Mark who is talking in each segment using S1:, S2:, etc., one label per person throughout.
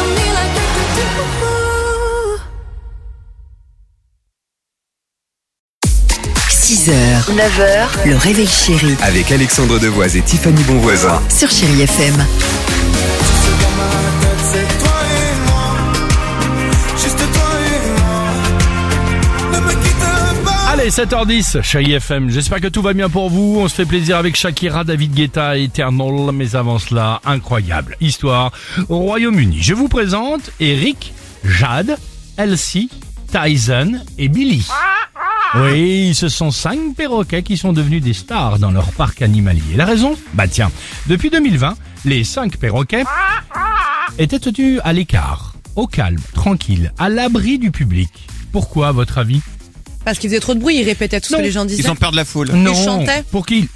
S1: on me like do, do, do, do.
S2: 6h, 9h, le réveil chéri
S3: Avec Alexandre Devoise et Tiffany Bonvoisin.
S2: sur Chérie FM.
S4: C'est toi et moi, juste toi et moi. Ne me quitte pas.
S5: Allez, 7h10, chérie FM. J'espère que tout va bien pour vous. On se fait plaisir avec Shakira, David Guetta, Eternal. Mais avant cela, incroyable histoire au Royaume-Uni. Je vous présente Eric, Jade, Elsie, Tyson et Billy. Oui, ce sont cinq perroquets qui sont devenus des stars dans leur parc animalier. La raison Bah tiens, depuis 2020, les cinq perroquets étaient tenus à l'écart, au calme, tranquille, à l'abri du public. Pourquoi, à votre avis
S6: Parce qu'ils faisaient trop de bruit, ils répétaient tout ce
S5: Non.
S6: que les gens disaient.
S7: Ils en perdent la foule.
S5: Non,
S6: chantaient
S5: pour qu'ils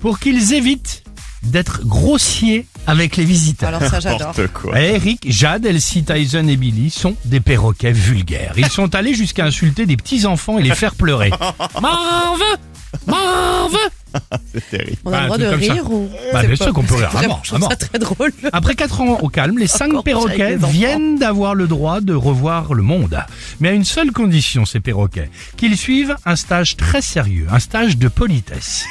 S5: pour qu'ils évitent d'être grossiers avec les visiteurs. Eh,
S6: Alors ça, j'adore.
S7: N'importe quoi.
S5: Eric, Jade, Elsie, Tyson et Billy sont des perroquets vulgaires. Ils sont allés jusqu'à insulter des petits enfants et les faire pleurer. Marve Marve
S7: C'est terrible.
S6: On a
S5: Ah,
S6: le droit
S5: un
S6: de
S5: truc comme ça.
S6: rire ou
S5: Bah,
S6: C'est
S5: bien
S6: pas-
S5: sûr qu'on peut rire,
S6: J'avoue,
S5: vraiment,
S6: Je trouve
S5: vraiment.
S6: ça très drôle.
S5: Après quatre ans au calme, les cinq
S6: Encore pire avec
S5: perroquets
S6: les enfants.
S5: viennent d'avoir le droit de revoir le monde. Mais à une seule condition, ces perroquets, qu'ils suivent un stage très sérieux, un stage de politesse.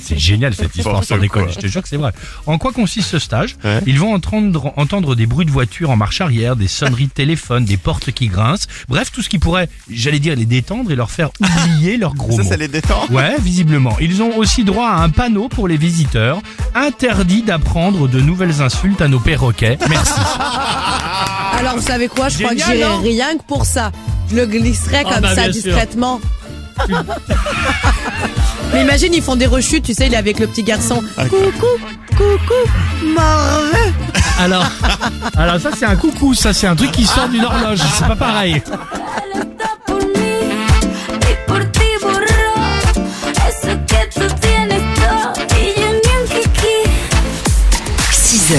S5: c'est génial cette histoire, sans déconner, je te jure que c'est vrai. En quoi consiste ce stage
S7: Ouais.
S5: Ils vont entendre, entendre des bruits de voitures en marche arrière, des sonneries de téléphone, des portes qui grincent, bref, tout ce qui pourrait, j'allais dire, les détendre et leur faire oublier leurs gros
S7: Ça,
S5: mots.
S7: ça les détend.
S5: Ouais, visiblement. Ils ont aussi droit à un panneau pour les visiteurs. Interdit d'apprendre de nouvelles insultes à nos perroquets. Merci.
S6: Alors, vous savez quoi Je crois que
S5: Génial,
S6: j'irai
S5: hein
S6: rien que pour ça. Je le glisserai
S5: Ah
S6: comme
S5: bah,
S6: ça,
S5: bien sûr.
S6: discrètement. Mais imagine, ils font des rechutes, tu sais, il est avec le petit garçon.
S5: Ah,
S6: Coucou, coucou, morveux.
S5: Alors, alors ça c'est un coucou, ça c'est un truc qui sort d'une horloge, c'est pas pareil.
S1: Está por mí y por ti borró eso que tú tienes todo y yo ni un kiki.
S2: 6h,